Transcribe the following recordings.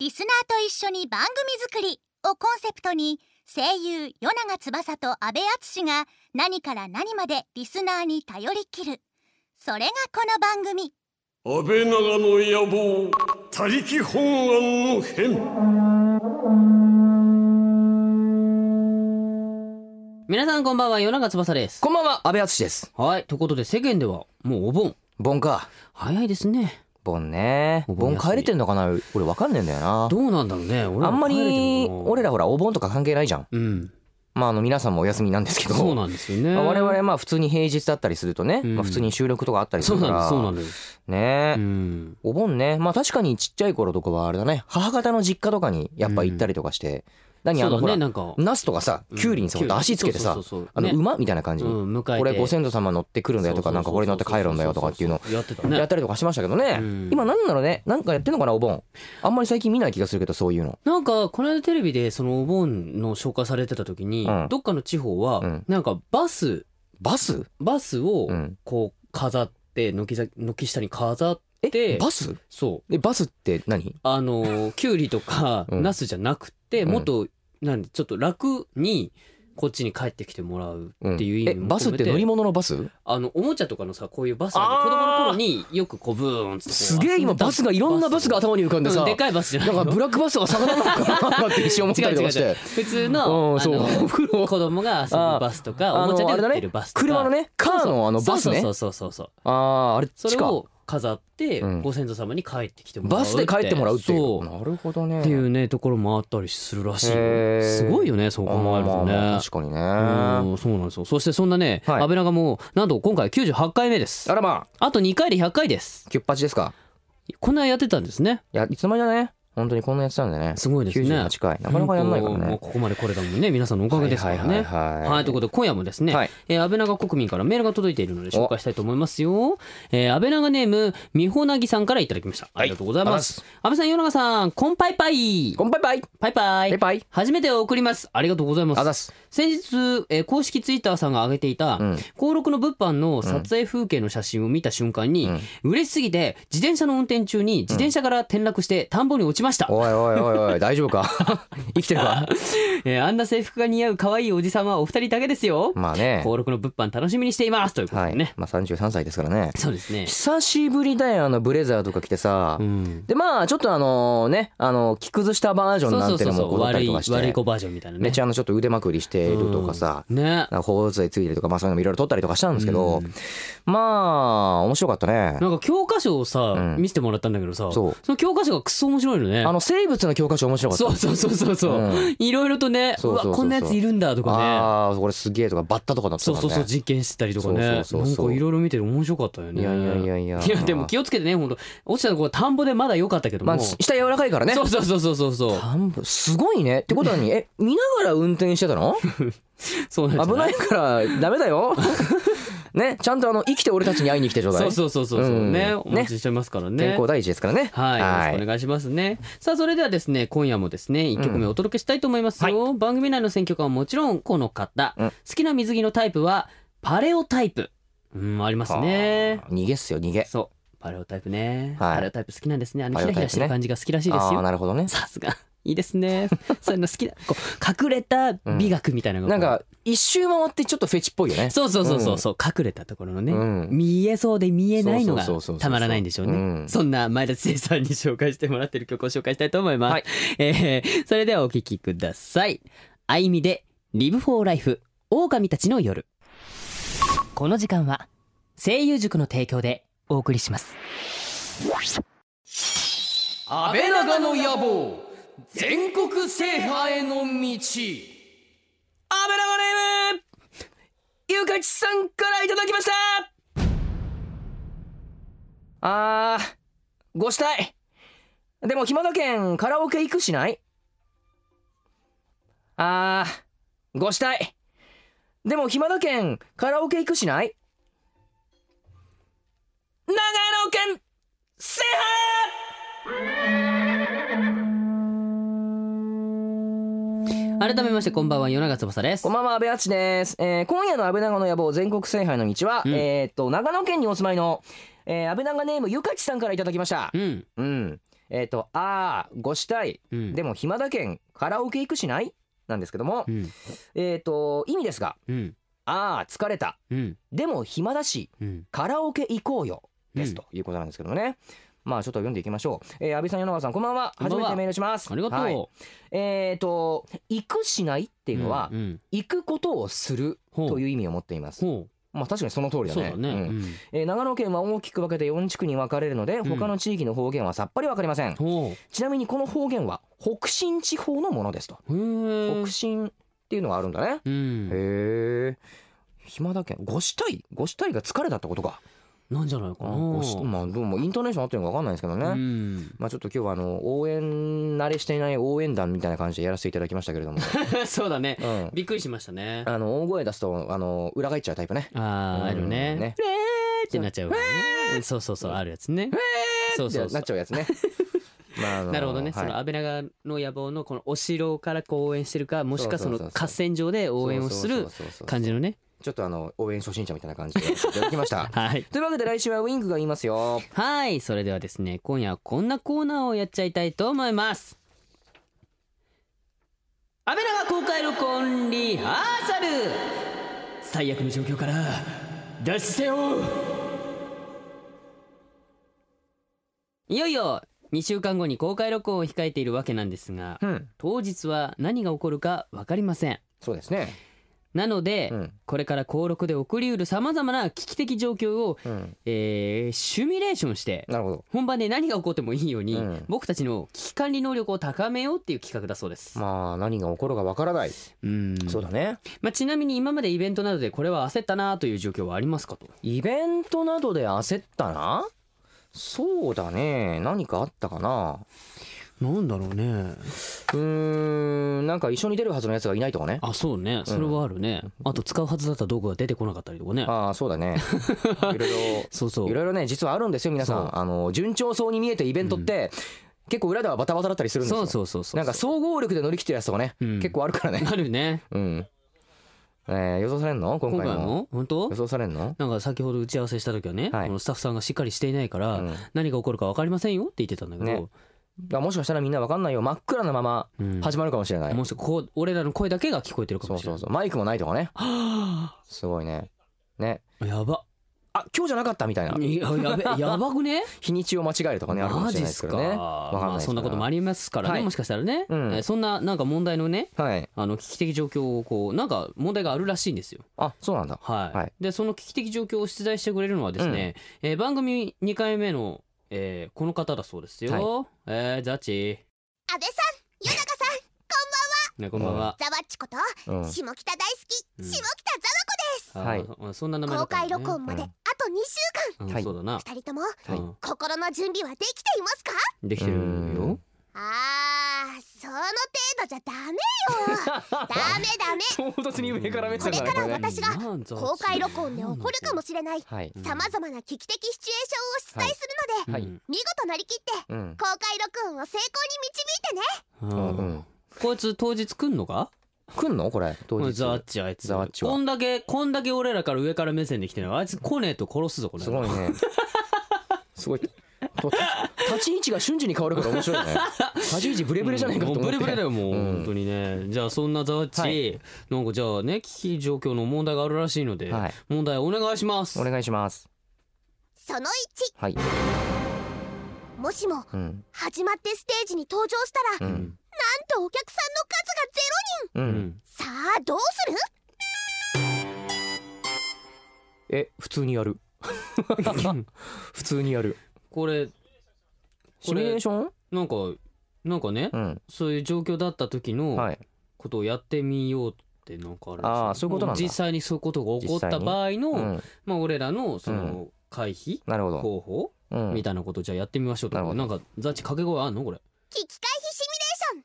リスナーと一緒に番組作りをコンセプトに声優与永翼と阿部淳が何から何までリスナーに頼りきるそれがこの番組安倍長の野望他力本願の変皆さんこんばんは、夜中翼です。こんばんは、安倍敦です。はい、ということで世間ではもうお盆、盆か。早いですね。盆ね。お盆盆休み帰れてんのかな俺わかんねえんだよなど。うなんだろうね、俺らあんま帰れてり、るのかな俺らほら、お盆とか関係ないじゃん。うん、まあ、あの、皆さんもお休みなんですけど。そうなんですよね。まあ我々、まあ、普通に平日だったりするとね、うんまあ、普通に収録とかあったりすそうるかなんでら。す、そうなんです。ねえ、うん、お盆ね。まあ、確かにちっちゃい頃とかはあれだね。母方の実家とかに、やっぱ行ったりとかして。何、あその、うほだらね、、なんか、ナスとかさ、キュウリにさ、うん足つけてさそう、そうそうあの、ね馬みたいな感じに。うん、迎えてこれご先祖様乗ってくるんだよとか、なんかこれ乗って帰るんだよとかっていうのをやってたねやったりとかしましたけどね、うん今何なんだろうねなんかやってんのかなお盆あんまり最近見ない気がするけどそういうのなんかこの間テレビでそのお盆の紹介されてた時に、うんどっかの地方うはんなんかバスバスバスをうんこう飾って軒先軒下に飾っえてバスそうえバスって何あのー きゅうりとかうんナスじゃなくてうんもっとなんでちょっと楽にこっちに帰ってきてもらううんっていう意味えもバス込っめて乗りて物のバスあのおもちゃとかのさこういうバスあはー子供の頃によくこうブーンってこうすげえ今バスがいろんなバスが頭に浮かんでうさんでかいバスじゃなないん かのブラックバス とか魚なのかなって一瞬思ったりとかし違う違うて普通うのんあそうの お風呂 子供が遊ぶバスとかあおもちゃのあでれだ売ってるねバスとか車のねカーのあのバスねそうそうそうそうそうあああれそ地れ下を飾ってうんご先祖様に帰ってきてもらうバスで帰ってもらうっていうそなるほどねうっていうねところもあったりするらしいへよーすごいよねそうあ考ーまえあるとまあね確かにねうんそうなんですよそしてそんなねはい安倍長もなんと今回98回目ですあらまああと2回で100回ですキュッパチですかこんなやってたんですねいやいつの間にだね本当にこんなやつなんだねすごいですね98回なかなかやんないから本当もうねここまで来れたもんね皆さんのおかげですからねはいはい、ということで今夜もですね、はいえー安倍長国民からメールが届いているので紹介したいと思いますよ、えー、安倍長ネームみほなぎさんからいただきましたありがとうございます、安倍さん与永さんこんぱいぱいこんばいばい。パイパイバイバイ。初めて送りますありがとうございますあざっす。先日、えー公式ツイッターさんが上げていた、うん登録の物販の撮影風景の写真を見た瞬間に、嬉しすぎて自転車の運転中に自転車から転落して田んぼに落ちました、おいおいおいおい、大丈夫か生きてるか えーあんな制服が似合う可愛いおじさんはお二人だけですよ、まあね。登録の物販楽しみにしていますということはでい。ね、まあ33歳ですからね。そうです ね。久しぶりだよ、あのブレザーとか着てさう。ん。で、まあ、ちょっとあのね、あの、着崩したバージョンなんてのも踊った悪りいとかし悪いて子、バージョンみたいなね。めちゃあの、ちょっと腕まくりしてるとかさ、うんね。なんか頬杖ついてるとか、まあそういうのもいろいろ撮ったりとかしたんですけど、まあ、面白かったねな。んか教科書をさ、うん見せてもらったんだけどさ、そうの教科書がクソ面白いのね。あの、生物の教科書面白かった。そうそうそうそうそう。うんいろいろとね、うそうそうそうわそうこんなやついるんだとかね。ああ、これすげえとか、バッタとかなってたそうかそらうねそう実験してたりとかねそうそうそうそうなんかいろいろ見てて面白かったよねいやいやいやいやいやでも気をつけてね本当落ちたとこ田んぼでまだ良かったけども、まあ、下柔らかいからね。そうそうそうそうそうそう田んぼすごいねってことは にえ見ながら運転してたのそうなんじゃ危ないからダメだ よねちゃんとあの生きて俺たちに会いに来てちょうだいそうそうそうそうそう、うんねねお待ちしてますからね健康第一ですからねはい、よろしくお願いしますね。さあ、それではですね、今夜もですね、一曲目お届けしたいと思いますよ。番組内の選曲はもちろんこの方、うん好きな水着のタイプはパレオタイプ。うん、ありますねあ。ー逃げっすよ逃げそう、パレオタイプね、はいパレオタイプ好きなんですね。あのパひレらオタイひらしてプねる感じが好きらしいですああよ。なるほどねさすが、いいですね。 そういうの好きな、こう隠れた美学みたいなのがなこんうか一周回ってちょっとフェチっぽいよねそうそうそうそうそう、隠れたところのね、うん見えそうで見えないのがそうそうそうそうそうたまらないんでしょうね、うんそんな前田聖さんに紹介してもらってる曲を紹介したいと思います、はいえーそれではお聴きくださいあいみで「リブフォーライフ狼たちの夜」この時間は声優塾の提供でお送りします安倍長の野望全国制覇への道安倍長ネームゆかちさんからいただきましたあーごしたいでも暇だけんカラオケ行くしないあーごしたいでも暇だけんカラオケ行くしない長野県制覇改めましてこんばんは夜長翼ですこんばんは、安倍敦です。えー今夜の安倍長の野望全国制覇への道は、うんえーっと、長野県にお住まいの、えー安倍長ネームゆかちさんからいただきましたう。んうん。えっ、と「あーごしたい」うんでも暇だけんカラオケ行くしないなんですけども、うんえっ、と意味ですがうん「あー疲れた」うんでも暇だしうんカラオケ行こうようんですということなんですけどもね、まあちょっと読んでいきましょう、えー、安倍さん柳川さんこんばんはこんば初んはめてメールしますありがとう、はいえっ、と行くしないっていうのは、うんうん行くことをするほうという意味を持っていますほまあ確かにその通りうだそうねだねうんうんえー長野県は大きく分けて4地区に分かれるのでうん他の地域の方言はさっぱり分かりません、ほちなみにこの方言は北信地方のものですと、うへえ北信っていうのがあるんだね、うんへえ暇だけんごしたいごしたいが疲れたってことかなんじゃないかなごしまあどうもイントネーション合ってるのか分かんないですけどね、うんまあちょっと今日はあの応援慣れしていない応援団みたいな感じでやらせていただきましたけれ ども、そうだねうん、びっくりしましたねあの大声出すとあの裏返っちゃうタイプねあーあるねうんねえーってなっちゃうからねうんそうそうそうあるやつねそうそうってそなうっちゃうやつ ねまああのなるほどね、はいその安倍長の野望のこのお城からこう応援してるかもしくはそのそうそうそうそう合戦場で応援をするそうそうそうそう感じのねちょっとあの応援初心者みたいな感 じでいただきましたはいというわけで来週はウィンクが言いますよはいそれではですね今夜はこんなコーナーをやっちゃいたいと思います安倍長公開録音リハーサル最悪の状況から脱出せよいよいよ2週間後に公開録音を控えているわけなんですがうん当日は何が起こるか分かりませんそうですねなので、うんこれから登録で起こりうるさまざまな危機的状況を、うんえーシミュレーションしてなるほど本番で何が起こってもいいように、うん僕たちの危機管理能力を高めようっていう企画だそうです、まあ何が起こるかわからない、うんそうだねまあ、ちなみに今までイベントなどでこれは焦ったなという状況はありますかとイベントなどで焦ったなそうだね何かあったかななんだろうねうーんなんか一緒に出るはずのやつがいないとかねあそうねそれはあるね、あと使うはずだった道具が出てこなかったりとかねああそう だねいろいろそうそういろいろね実はあるんですよ皆さそうんあの順調そうに見えてイベントって、結構裏ではバタバタだったりするんですよそうそうそうそうなんか総合力で乗り切ってるやつとかね、うん結構あ るからねあるねうん、えー、予想されんの 今今回回もも本当予想されんのなんか先ほど打ち合わせした時はね、はいこのスタッフさんがしっかりしていないから、うん何が起こるか分かりませんよって言ってたんだけど、ねだからもしかしたらみんなわかんないよ真っ暗なままうん始まるかもしれない、もしこう俺らの声だけが聞こえてるかそもうしれそなういそうマイクもないとかね すごいねねやばあ今日じゃなかったみたいないややべ やばくね日にちを間違えるとかねあるかもマしジれっないですすけかどねわかんないまあですそんなこともありりますからね、はいもしかしたらね、うんえーそんななんか問題のねはいあの危機的状況をこうなんか問題があるらしいんですよあそうなんだはい、はいでその危機的状況を出題してくれるのはですね、えー番組2回目の、えーこの方だそうですよ、はえーザッチ安倍さん与永さんねこんばんは、ざわっちことうん 下北大好うきん下北ざわあはいーそんな名こ前だ公開ったんだね録音まであと2週うんはいそうだな、間二人ともはいうん心の準備はできていますかできてるよあーその程度じゃダメ よダメダメ唐突に上から目これから私がなんぞ公開録音で起こるかもしれないはいさまざまな危機的シチュエーションを出題するので、ははいい、見事なりきってうん公開録音を成功に導いてねうんううんんこいつ当日来んのか来んのこれ当日ザワッチあいつザワッチはこんだけこんだけ俺らから上から目線で来てないあいつ来ねえと殺すぞこれすごいねすごいと立ち位置が瞬時に変わるから面 白いね立ち位置ブレブレじゃないかとも思うってブレブレだよもう、うん本当にねじゃあそんなザワッチ、はいなんかじゃあね危機状況の問題があるらしいので、はい問題お願いしますお願いしますそのはい1もしもうん始まってステージに登場したら、なうんんとお客さんの数がゼううんんロさあどうするえ普通にやる普通にやる これシミュレーションなんかなんかね、うんそういう状況だった時はのいことをやってみようってなんかあるんですよあーそういうことなんだ実際にそういうことが起こった場合の、うんまあ俺らのその回避、なるほど方法うんみたいなことじゃあやってみましょうとか、なるほなどんかザッチ掛け声あんのこれ危機回避シミュレー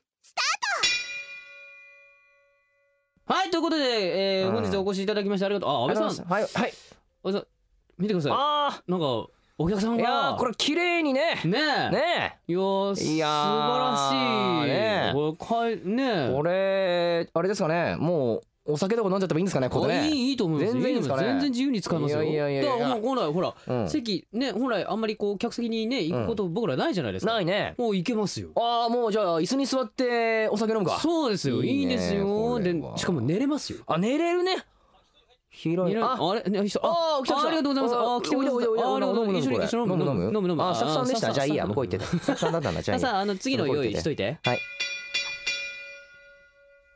ションはいということで、えーうん本日お越しいただきましてありがとうああ安りがとう倍さんございますはいはい安倍さん見てくださあいなんかお客さんーいがやーこれ綺麗にねねえねいやーい素や晴らしいーねえこれかいねえこれあれですかねもうお酒とか飲んじゃってもいいんですかねここあいねいいいと思います全然いいですかね全然自由に使いますよいやいやいやいやだからほらほら、うん席ねほらあんまりこう客席にね行くこと僕らないじゃないですか、ないねもう行けますよああもうじゃあ椅子に座ってお酒飲むかそうですよいいいいねですよこでれはしかも寝れますよあ寝れるね広いいらああれね人あー来た来たありがとうございますあー来てくださっおいたでおいであーあおりいでがとうございます飲む一緒に飲む飲む飲む飲む飲むあスタッフさんでしたあーじゃあいいやス向タこッうフ行ってさんてスタッフさんだったんだじゃあいいさやああの次の用意しといてはい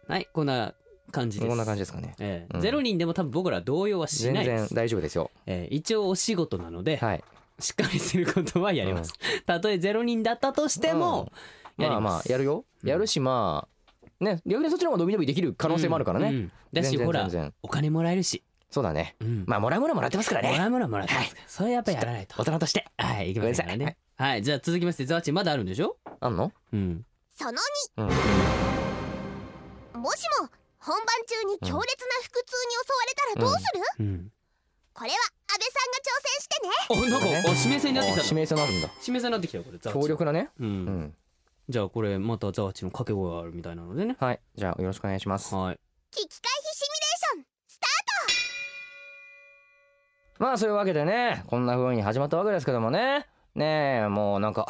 はいこんな感じですこんな感じですかねええうんゼロ人でも多分僕ら動揺はし全ないで然す、大丈夫ですよええ一応お仕事なので、はいしっかりすることはやります、たとえゼロ人だったとしても、やりままあますあやるよやるしまあね逆にそっちの方が伸び伸びできる可能性もあるからうんうねんだし全然ほら全然お金もらえるし、そうだねうんまあもらうものはもらってますからもらねうものはもらってますから、それやっぱやらないと大人としてはい行きませんからごめんなねはいじゃあ続きましてザワチンまだあるんでしょあんのうんそのうん2もしも本番中に強烈な腹痛に襲われたらどうする、うんこれは安倍さんが挑戦してねあなんか、ねあ指名制になってきた指の名制もあるんだ指名制になってきたよこれザワチン強力なねう、うんんじゃあこれまたザワチンの掛け声があるみたいなのでねはいじゃあよろしくお願いしますはい危機回避シミュレーションまあそういうわけでねこんな風に始まったわけですけどもねねえもうなんか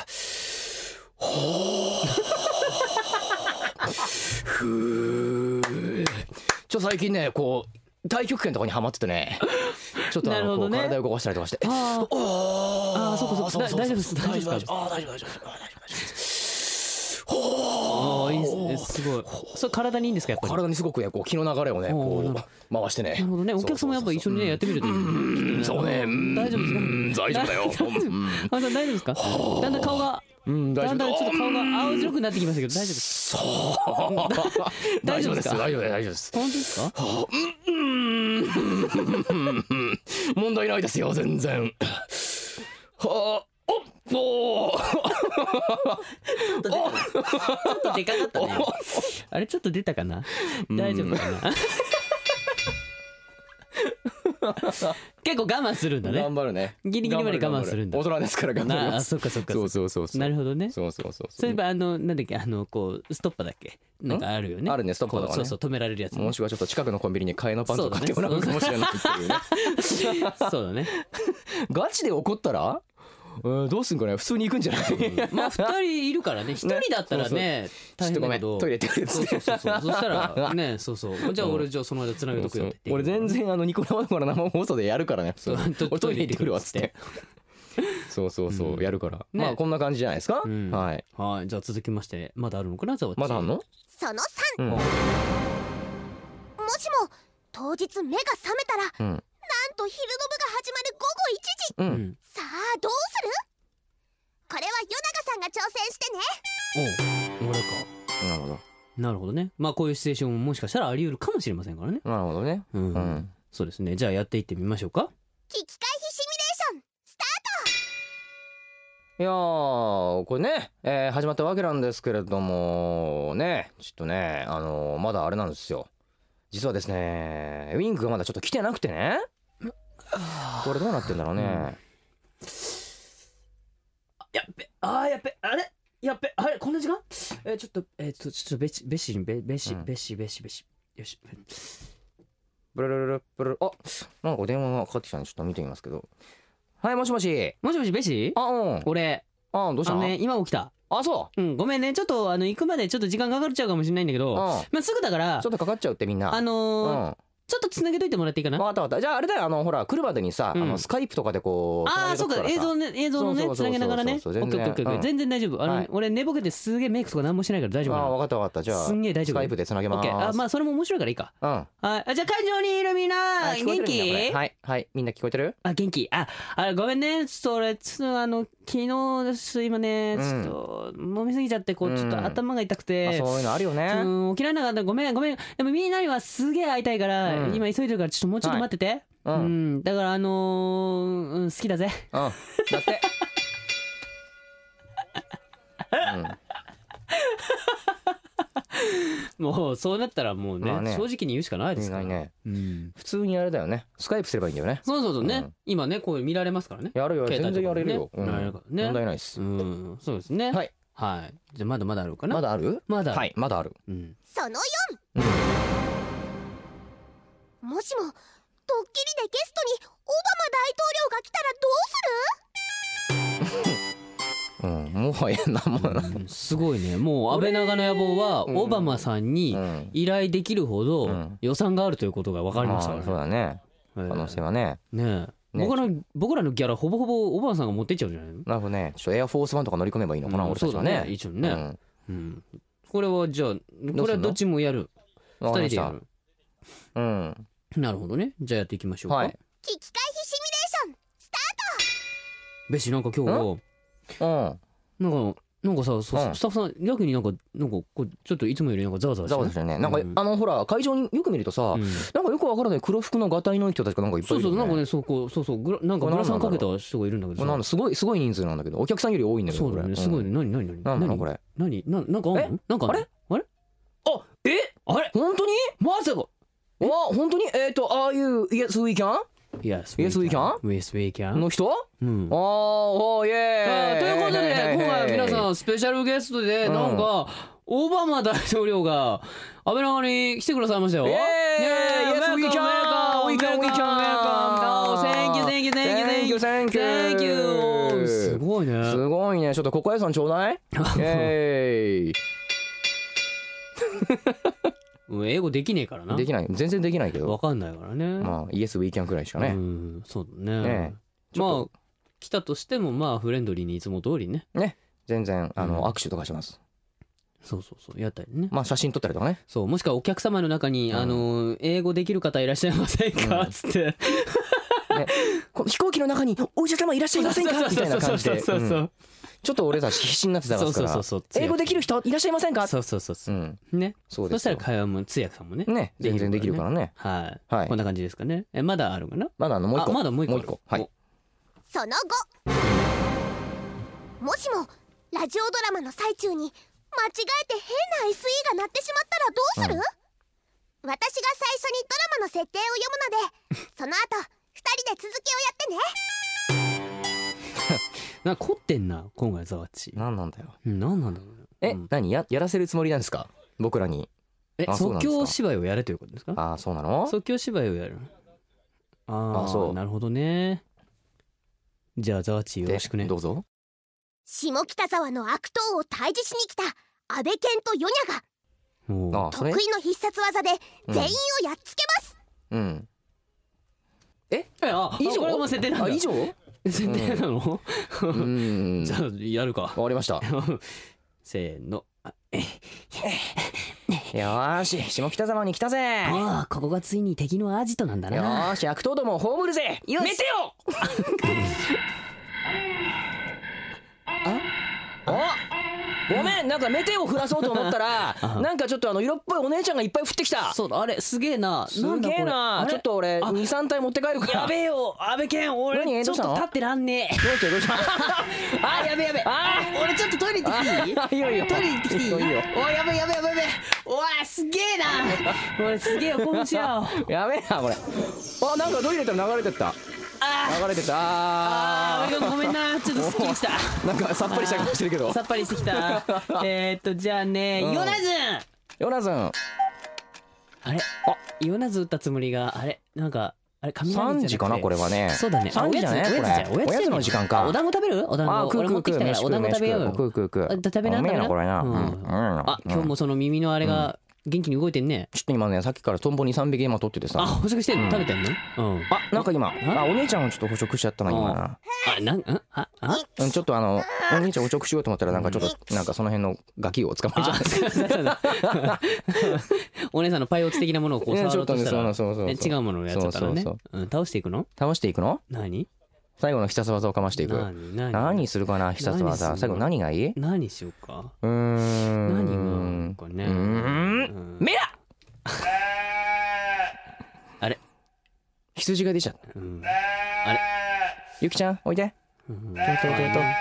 ふーちょ最近ねこう太極拳とかにハマっててねちょっとあなるほのこどうね体を動かしたりとかしてあーああーそうかそうかだ大丈夫です大丈夫ですあー大丈夫大丈夫あー大丈夫大丈夫あーいいっすねすごいそれ体にいいんですかやっぱり体にすごくねこう気の流れをねおーこう回してねなるほどねお客様やっぱ一緒にねやってみるといいうんそうねうん大丈夫ですかうん大丈夫だよ 大丈夫うんあ大丈夫ですかだんだん顔がうん大だ丈ん夫だんちょっと顔が青白くなってきましたけど大丈夫です そう大丈大丈夫で夫ですすか大丈夫です大丈夫です本当ですか 問題ないですよ全然はあおっおーちょっとでかかったねあれちょっと出たかな大丈夫か な結構我慢するんだね頑張るねギリギリまで我慢するんだ大人ですから頑張りなあますそっかそっかそそううそうそうそうなるほどねそうそうそうそそういうえばあのなんだっけあのこうストッパーだっけなんかあるよねあるねストッパーとかねこうそうそう止められるやつねもしくはちょっと近くのコンビニに替えのパンとか買ってもらうそうだかねもしれないっていうねそうだね ガチで怒ったらえーどうすんかね普通に行くんじゃないまあ2人いるからね1人だったらねちょ大っ変とごだめけんどトイレ行ってくるっつそっうそてうそうそうそした らねそうそうじゃあ俺じゃあその間つなげとくよって言って俺全然あのニコ生だから生放送でやるからね普通にそう俺トイレ行ってくるわっつっトイレて そうそうそう、やるから、ねまあこんな感じじゃないですか、うんはいはいじゃあ続きましてまだあるのかなザワまだあんの、そのう3んもしも当日目が覚めたらなんうんと昼の部が始まる午後1時ううんんさあどうするこれは与永さんが挑戦してねおう俺かなるほどなるほどねまあこういうシチュエーションももしかしたらあり得るかもしれませんからねなるほどねうん、うんそうですねじゃあやっていってみましょうか危機回避シミュレーションいやーこれね、えー始まったわけなんですけれどもねちょっとねあのーまだあれなんですよ実はですねウィンクがまだちょっと来てなくてねこれどうなってんだろうね、やっべあーやっべあれやっべあれこんな時間えーちょっとえーちょっとちょっとべしべしべべしうんべしべしべしよしブルルルルブルルあなんかお電話がかかってきたんでちょっと見てみますけどはいもしもしもしもしべしあうん俺あどうしあたののね今起きたあそううんごめんねちょっとあの行くまでちょっと時間かかっちゃうかもしれないんだけうんどまあすぐだからちょっとかかっちゃうってみんなあうんのーわちょっとつなげといてもらっていいかなかったわかったじゃああれだよあのほら来るまでにさあうんのスカイプとかでこうああーそうか映像ねね映像のねそうつそうそなげうそうながらねオッケそうーそうオッケーオッケーオッケーうん全然大丈夫あはのい俺寝ぼけてすげえメイクとか何もしないから大あ丈夫ーなわのかったわかったじゃあすんげえ大丈夫スカイプでつなげオッますケーあまあそれも面白いからいいかうんあはいあじゃあ会場にいるみんな聞こえ元てるみんなこれ気はいはいみんな聞こえてるあ元気ああごめんねちょっと俺ちょっとあの昨日です今ねうんちょっと飲みすぎちゃってこううんちょっと頭が痛くあてそういうのあるよねうん起きられなかったごめんごめんでもみんなにはすげえ会いたいからうん今急いでるからちょっともうちょっと待っててうは いうんんだからあのーうん好きだぜうんだ ってもうそうなったらもうね,、まあね正直に言うしかないですからいないねうん、普通にあれだよねスカイプすればいいんだよねそうそうそうね、うん今ねこう見られますからねやるよ携全帯と然やかれでるねようんやれるからね問題ないですうんそうですねはいはいじゃあまだまだあるかなまだあるまだあるはいまだあるうんその4うんもしもドッキリでゲストにオバマ大統領が来たらどうするうんもはや何もない、うんすごいねもう安倍長の野望はうんオバマさんにうん依頼できるほうどん予算があるということが分かりましたあーそうねだねえ可ー能性はねねえ僕らの僕らのギャラほぼほぼオバマさんが持ってっちゃうんじゃないのなるほどねちょっとエアフォースワンとか乗り込めばいいのかな、うん俺たちはそうだねね一緒にねうんうんこれはじゃあのこれはどっちもやる二わかり人までやしたるうんなるほどねじゃあやっていきましょうか、はい危機回避シミュレーションべしなんか今日はうんなんかなんかさ、そうんスタッフさんやけになんかなんかこうちょっといつもよりなんかザワザワしてざなわいざわしてるねなんか、うんあのほら会場によく見るとさ、うんなんかよくわからない黒服のガタイの人たちがなんかいっぱそいういそるうよ、ね、なんかねそうこうそうそうグラなんかこグれラサンか何なけんだろた人がいるんだけどこれさなんだすごいすごい人数なんだけどお客さんより多いんだけどそうだよねこれすごいんね何何何なんなのこれ何ななんかあんのなんかあんのあれあれあえあれ本当にまさかわ本当にえっ、とああいうイエスウィキャ Yes Yes, we can? Yes we ン can の人うんあーおーイあーエーイということでへー今回は皆さんスペシャルゲストでうんなんかオバマ大統領が安倍長に来てくださいましたよイエーイ Yes, we can! We can, we can! Oh, thank you, thank you, thank you, Thank you, thank you. Thank you. すごいねすごいねちょっとここ屋さんちょう だいイエーイうん英語できねえからなできない全然できないけわどかんないからねまあイエスウィキャンくらいしかうねんそうだねねまあ来たとしてもまあフレンドリーにいつも通りね全然あうんの握手とかしますそうそうそうやったりねまあ写真撮ったりとかねそうもしくはお客様の中に、うんあの英語できる方いらっしゃいませんか、うんつってこの飛行機の中にお医者様いらっしゃいませんかみたいな感じでそうそうそううんちょっと俺たち必死になってたそうかそうらそうそう英語できる人いらっしゃいませんかそうそうそうそううんねそうそでしすたよら会話も通訳さんもねね全然できるからねはい、はいこんな感じですかねえまだあるかなまだあのもう一個あまだもう一個あるはいその後もしもラジオドラマの最中に間違えて変な SE が鳴ってしまったらどうする、私が最初にドラマの設定を読むのでその後二人で続きをやってねなんか凝ってんな今回ザワッチ何なんだようん何なんだろうねえ、うん何ややらせるつもりなんですか僕らにえあそうな即んですか興芝居をやれということですかああそうなの即興芝居をやるあーあそうなるほどねじゃあザワッチよろしくねでどうぞ下北沢の悪党を退治しに来た安倍健とヨニャがおうああそ得れ意の必殺技で全員をやっつけます、うんえあ以上これも設定なんだあ以上設定なの、うん じゃあやるか 終わりましたよせーのーし下北沢に来たぜよああここがついに敵のアジトなんだーし悪党どもを葬るぜよしメテオあごめんなんかメテオ降らそうと思っ たらなんかちょっとあの色っぽいお姉ちゃんがいっぱい降ってきたそうだあれすげえなすげえなちょっと俺あ二三体持って帰るからやべえよ安倍健俺何ちどょっうしたとの立ってらんねえどうしたどうした あやべやべあ俺ちょっとトイレ行ってきていい いいよいいよトイレ行ってきていいいいよいいよおいやべえやべえやべえやべえおいすげえな俺すげえよ興奮しち ゃうやべえなこれあなんかトイレ行ったら流れてったあー流れてったああー安倍君ごめんなちょっとすっきりしたーなんかさっぱりした顔してるけど さっぱりしてき たえーっとじゃあね、うんヨナズンヨナズンあれあヨナズ打ったつもりがあれなんかあれ雷じゃなく3て時かなこれはねそうだねあ3時じゃおねやつこれおやつじゃんおやつじゃおやねえつの時間かあお団子食べるお団子あー食う俺食持うってき食うたか飯ら食おう団子飯食べ食よううよ食う食う食うあ食べなうめえな食こべれななうんうんうんああ今日もその耳のあれが元気に動いてんねちょっと今ねさっきからトンボに3匹今取っててあさ捕食してんうのん食べてんのうんあなんか今ああお姉ちゃんをちょっと捕食しちゃったな今なあなんんああうんちょっとあのお兄ちゃん捕食しようと思ったらなんかちょっとなんかその辺のガキを捕ま えちゃっあたすいませんすいませんお姉さんのパイオツ的なものをこうね触ろうとしたら、ちょっえとねそうそうそうそう違うものをやっちゃったらねそうそううん、倒していくの倒していくの何最後の必殺技をかましていく何何何するかな必殺何する技の最後何がいいう何しようかー何んがなんかねうーんうんメラあれ羊が出ちゃったうんゆきちゃんおいでうんとととと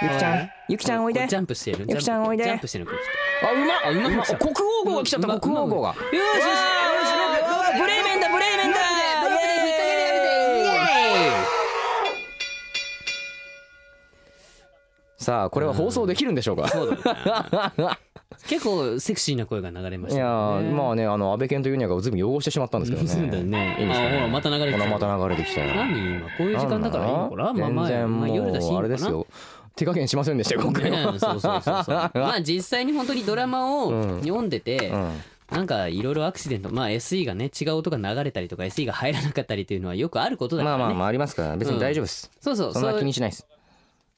ゆきちゃんゆきちゃんおいであジャンプしてるゆきちゃんおいでジャンプしてるこうまあうまいうまい国王号が来ちゃっうまたい国王号がうまいよしよしよしうわーブレーメンだブレーメロープで引ンだっ掛けてやめてイエーイイエーイさあこれは放送できるんでしょうかそうだね結構セクシーな声が流れまいしたやよねーまあねあの安倍健とユニアがずいぶん汚してしまったんですけど ねそうだねいいですねあほらまた流れてきたほらまた流れてきたよ何今こういう時間だからいいのかなまあま全あ然まあ夜だしいいもうあれのでかすなよ手加減しませんでしたよ今回ねは、そうそうそう そうまあ実際に本当にドラマうをん読んでて、うんなんかいろいろアクシデントまあ SE がね違う音が流れたりとか SE が入らなかったりっていうのはよくあることだかまらあね、まあまあありますから別に大丈夫です、そうそうそんなう気にしないです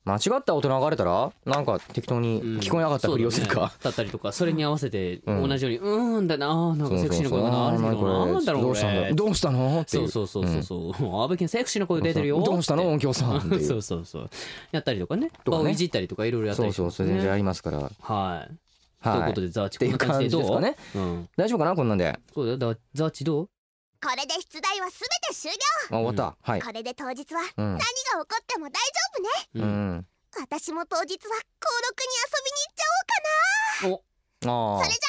間違った音流れたらなんか適当に聞こえなかったふりをするそうだかね、、だったりとかそれに合わせてん同じように「うーん」だなあーなんかセクシーな声があ流ーれてるこれのなんだろうどこうしたのれどうしたのってそいうそうそうそうそうもう阿部健セクシーな声出てるよどうしたの音響さんっていうそうそうそうやったりとかねとかね顔いじったりとかいろいろやったそりうとそかうそれ全然ありますから、はいというはこいとでザーチってこんないう感じで感じどうですかねうん大丈夫かなこんなんでそうだよだザーチどうこれで出題は全て終了あ終わった、はいこれで当日はう何んが起こっても大丈夫ねうん、私も当日は登録に遊びに行っちゃおああそれじ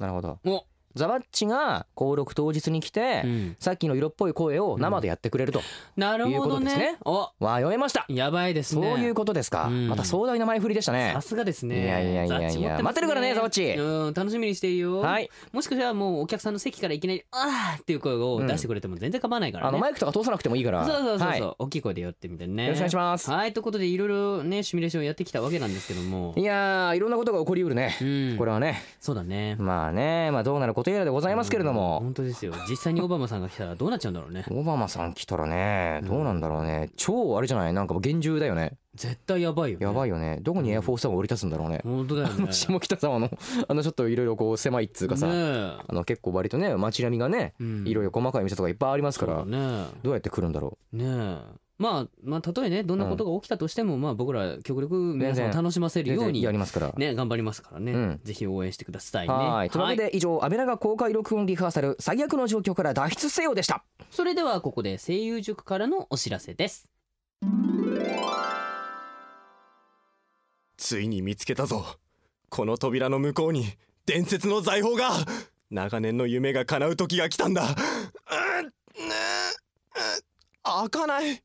なるほどおザバッチが登録当日に来て、うんさっきの色っぽい声を生でやってくれると、なるいうほこどとですねねおわあ読めましたやばいですそうねいうことですか、うんまた壮大な前振りでしたねさすがですねいやいやいやいやザーチ持ます待ってるからねザーチうん楽しみにしてるよはいもしかしたらもうお客さんの席からいきなり「あーっていう声を出してくれても全然構わないからね、あのマイクとか通さなくてもいいからそうそうそうそう、はい、よ大きい声でやってみてねろしくお願いします、はいということでいろいろねシミュレーションやってきたわけなんですけどもい、やーいろんなことが起こりうるね、うん、これはねそうだねまあねまあどうなることやらでございますけれどうんも、本当ですよ実際にオバマさんが来たらどうなっちゃうんだろうねオバマさん来たらねどうなんだろうね、超あれじゃないなんかもう厳重だよね絶対やばいよ、ね、やばいよよねどこにエアフォースワンを降り立つんだろうね、本当だよねあの下北沢の あのちょっといろいろこう狭いっつうかさ、ねあの結構割とね街並みがねえ、うんいろいろ細かい店とかいっぱいありますから、そうだねどうやって来るんだろねえまあまあたとえねどんなことが起きたとしても、まあ僕ら極力皆さんを全然楽しませうるようにやりますから、ね頑張りますからね、うんぜひ応援してくださいねはいというわけで以上「安倍長公開録音リハーサル最悪の状況から脱出せよ」でしたそれではここで声優塾からのお知らせですついに見つけたぞこの扉の向こうに伝説の財宝が長年の夢が叶う時が来たんだ、うんうんうん開かない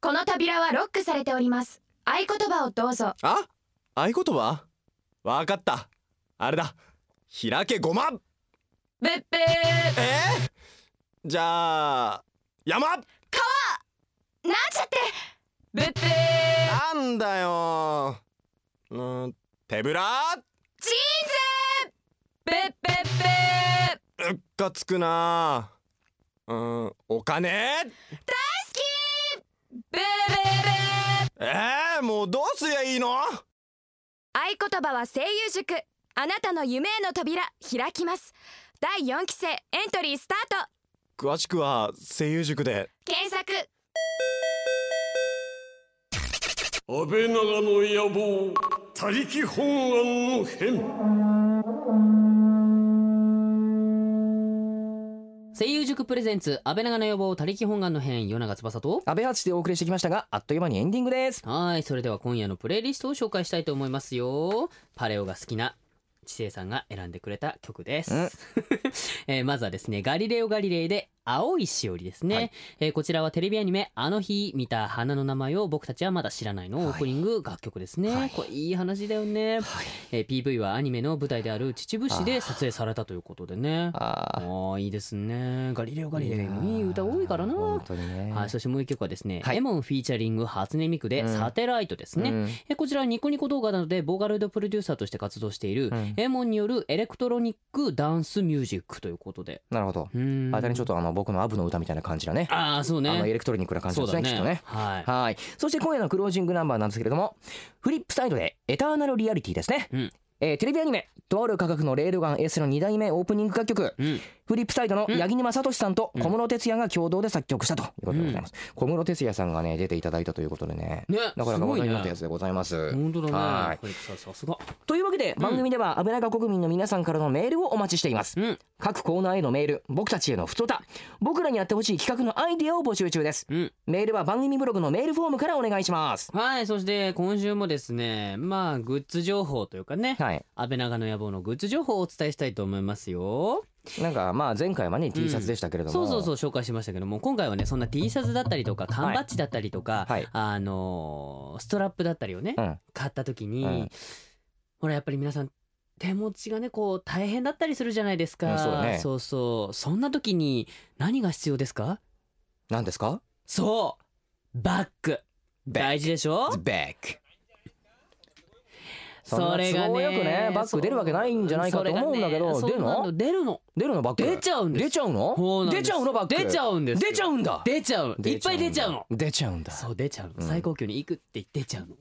この扉はロックされております合言葉をどうぞあ合言葉わかったあれだ開けごまべっべーえー、じゃあ山なんちゃってべっべーなんだようん手ぶら人生べっべっべーうっかつくなうんお金べーべーべーえー、もうどうすりゃいいの合言葉は声優塾あなたの夢への扉開きます第4期生エントリースタート詳しくは声優塾で検索安倍長の野望他力本願の変声優塾プレゼンツ安倍長の予防他力本願の編与永翼と安倍発でお送りしてきましたがあっという間にエンディングですはいそれでは今夜のプレイリストを紹介したいと思いますよパレオが好きな知性さんが選んでくれた曲です、うん えーまずはですね「ガリレオ・ガリレイ」で「青いしおり」ですね、はいえーこちらはテレビアニメ「あの日見た花の名前を僕たちはまだ知らない」のオープニング楽曲ですね、はいこれいい話だよね、えー PV はアニメの舞台である秩父市で撮影されたということでねあーああいいですねガリレオ・ガリレイやもーいい歌多いからな本当にねはい、そしてもう一曲はですね、はいエモンフィーチャリング初音ミクで、うんサテライトですね、うんえこちらはニコニコ動画などでボーカロイドプロデューサーとして活動している、うんエモンによるエレクトロニックダンスミュージックということでなるほどうーんあたりちょっとあの僕のアブの歌みたいな感じだねああそうあのエねレクトロニックな感じそでうすねだきっとねはいはいそして今夜のクロージングナンバーなんですけれどもフリップサイドで「エターナルリアリティ」ですね、うんえーテレビアニメ「とある科学のレールガン S」の2代目オープニング楽曲、うんフリップサイドのうん八木沼聡さんと小室哲哉が共同で作曲したということでございます、小室哲哉さんがね出ていただいたということでねねなかなか話題になったやすつでございますごいね本当だはねこれささすがいというわけで番組では安倍長国民の皆さんからのメールをお待ちしています、うん各コーナーへのメール僕たちへの太た僕らにやってほしい企画のアイデアを募集中ですうんメールは番組ブログのメールフォームからお願いしますはいそして今週もですねまあグッズ情報というかねはい安倍長の野望のグッズ情報をお伝えしたいと思いますよなんかまあ前回はね T シャツでしたけれども、そうそうそう紹介しましたけども今回はねそんな T シャツだったりとか缶バッジだったりとか、はいあのーストラップだったりをね、うん買った時に、うんほらやっぱり皆さん手持ちがねこう大変だったりするじゃないですか、うんそうだねそうそうそんな時に何が必要ですか何ですかそうバッグバッグ大事でしょ ?The back それがそんな都合ねよくねバッグ出るわけないんじゃないかと思うんだけどそれ出がるねそうなのの出るの出るのバッグ出ちゃうんです出ちゃうそうなのんで出すちゃうのバッグ出ちゃうんですよ出ちゃうんだ出ちゃういっぱい出ちゃうの出ちゃうんだそう出ちゃうの、うん最高級に行くって出ちゃうの、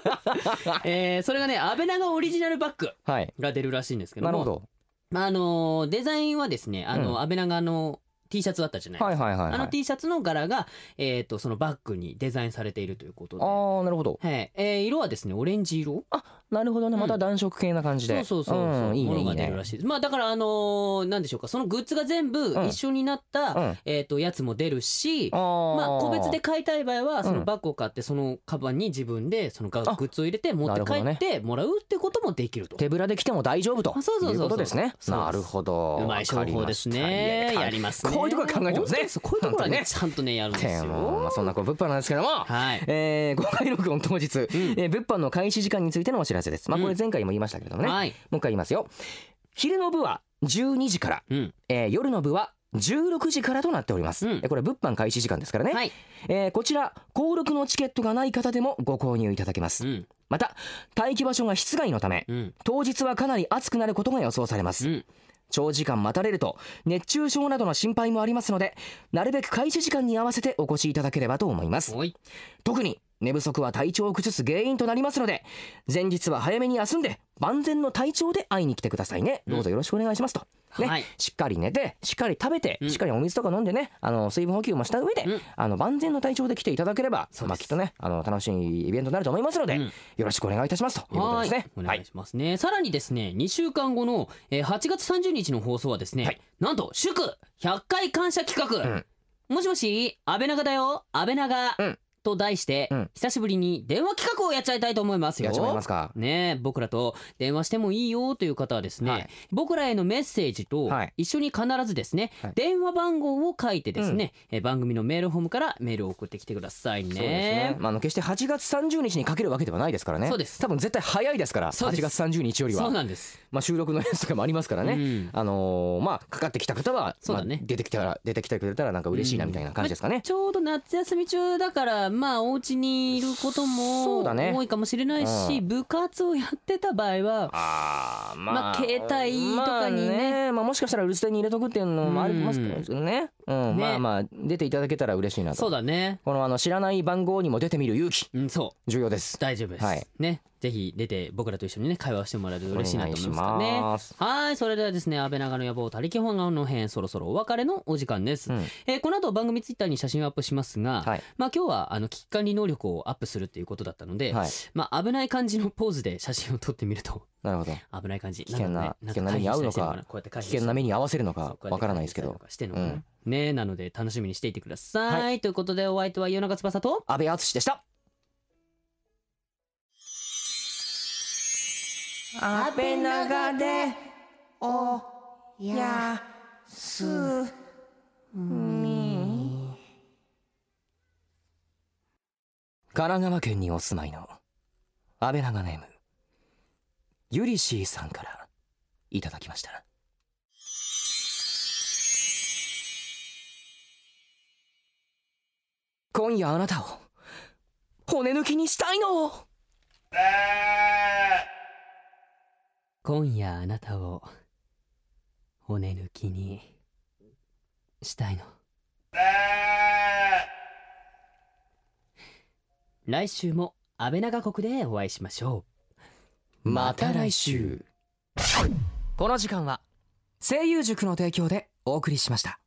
えーそれがね安倍長オリジナルバッグはいが出るらしいんですけどもなるほどまああのーデザインはですねあの、うん安倍長の T シャツだったじゃないですか、はいはいはいはいあの T シャツの柄が、えー、とそのバッグにデザインされているということで、あーなるほどはいえー色はですねオレンジ色なるほどねうんまた暖色系な感じでそうそうそうそう、んいいもねのがいい出るねらしいですまあだからあのーなんでしょうかそのグッズが全部うん一緒になった、うんえー、とやつも出るしあーまあ個別で買いたい場合はそうのんバッグを買ってそのカバンに自分でそのがあグッズを入れて持って帰ってもらうってこともできると。手ぶらで来ても大丈夫とあそうそうそうそういうことですねそうですなるほどうまい商法ですね。やりますね。こういうとこは考えてます本ね当ですこういうところはね本当にねちゃんとねやるんまですよ。あそんなこう物販なんですけどもはい。えー公開録音当日、んえー物販の開始時間についてのお知らせです。まあ、うんこれ前回も言いましたけれどもね、もはい。う一回言いますよ。昼の部は12時から、うん。えー夜の部は16時からとなっております。うんえーこれ物販開始時間ですからね、はい。えーこちら登録のチケットがない方でもご購入いただけまうす。ん。また待機場所が室外のため、うん。当日はかなり暑くなることが予想されます。うん長時間待たれると熱中症などの心配もありますのでなるべく開始時間に合わせてお越しいただければと思いますおい。特に寝不足は体調を崩す原因となりますので前日は早めに休んで万全の体調で会いに来てくださいねどうぞよろしくお願いしますと、ねはいしっかり寝てしっかり食べて、うんしっかりお水とか飲んでねあの水分補給もした上で、うんあの万全の体調で来ていただければそうですまあ、きっとねあの楽しいイベントになると思いますので、うんよろしくお願いいたしますということはでいすねお願いしますね。さらにですね、2週間後のえー8月30日の放送はですね、はいなんと祝100回感謝企画、もしもし、安倍長だよ、安倍長、うんと題して、うん久しぶりに電話企画をやっちゃいたいと思いますよ。やっちまいますかねえ僕らと電話してもいいよという方はですね、はい僕らへのメッセージとはい一緒に必ずですね、はい電話番号を書いてですね、えー番組のメールフォームからメールを送ってきてくださいね。そうですね、まあ、あの決して8月30日にかけるわけではないですからねそうです多分絶対早いですからそうです8月30日よりはそうなんです。まあ、収録のやつとかもありますからね、うんあのーまあかかってきた方は、そうだねまあ出てきたら出てきてくれたらなんか嬉しいなみたいな感じですかね、 ちょうど夏休み中だからまあお家にいることそもうだね多いかもしれないし、う部活をやってた場合はあーままあ携帯とかにねまあまあもしかしたら留守電に入れとくっていうのもありますけどね,、うんねまあまあ出ていただけたら嬉しいなとそうだね。このあの知らない番号にも出てみる勇気うん、そう重要です大丈夫です、はいねぜひ出て僕らと一緒にね会話をしてもらえると嬉しいなと思いますからお願いねしますはいそれではですね安倍長の野望たりき本願の辺そろそろお別れのお時間です、うんえーこの後番組ツイッターに写真をアップしますが、はいまあ今日はあの危機管理能力をアップするということだったので、はいまあ危ない感じのポーズで写真を撮ってみるとなるほど危ない感じ危険な危険な目に遭うのかこうやって回避危したり険な目に合わせるのそかうこうやってわからないですけ回避どしたりとかしてんのかなうんねなので楽しみにしていてください、ということでお相手は夜中翼と安倍敦でした安倍長でおやす神奈川県にお住まいの安倍長ネームゆりしーさんからいただきました今夜あなたを骨抜きにしたいの今夜あなたを骨抜きにしたいの来週も安倍長国でお会いしましょまた来週この時間は声優塾の提供でお送りしました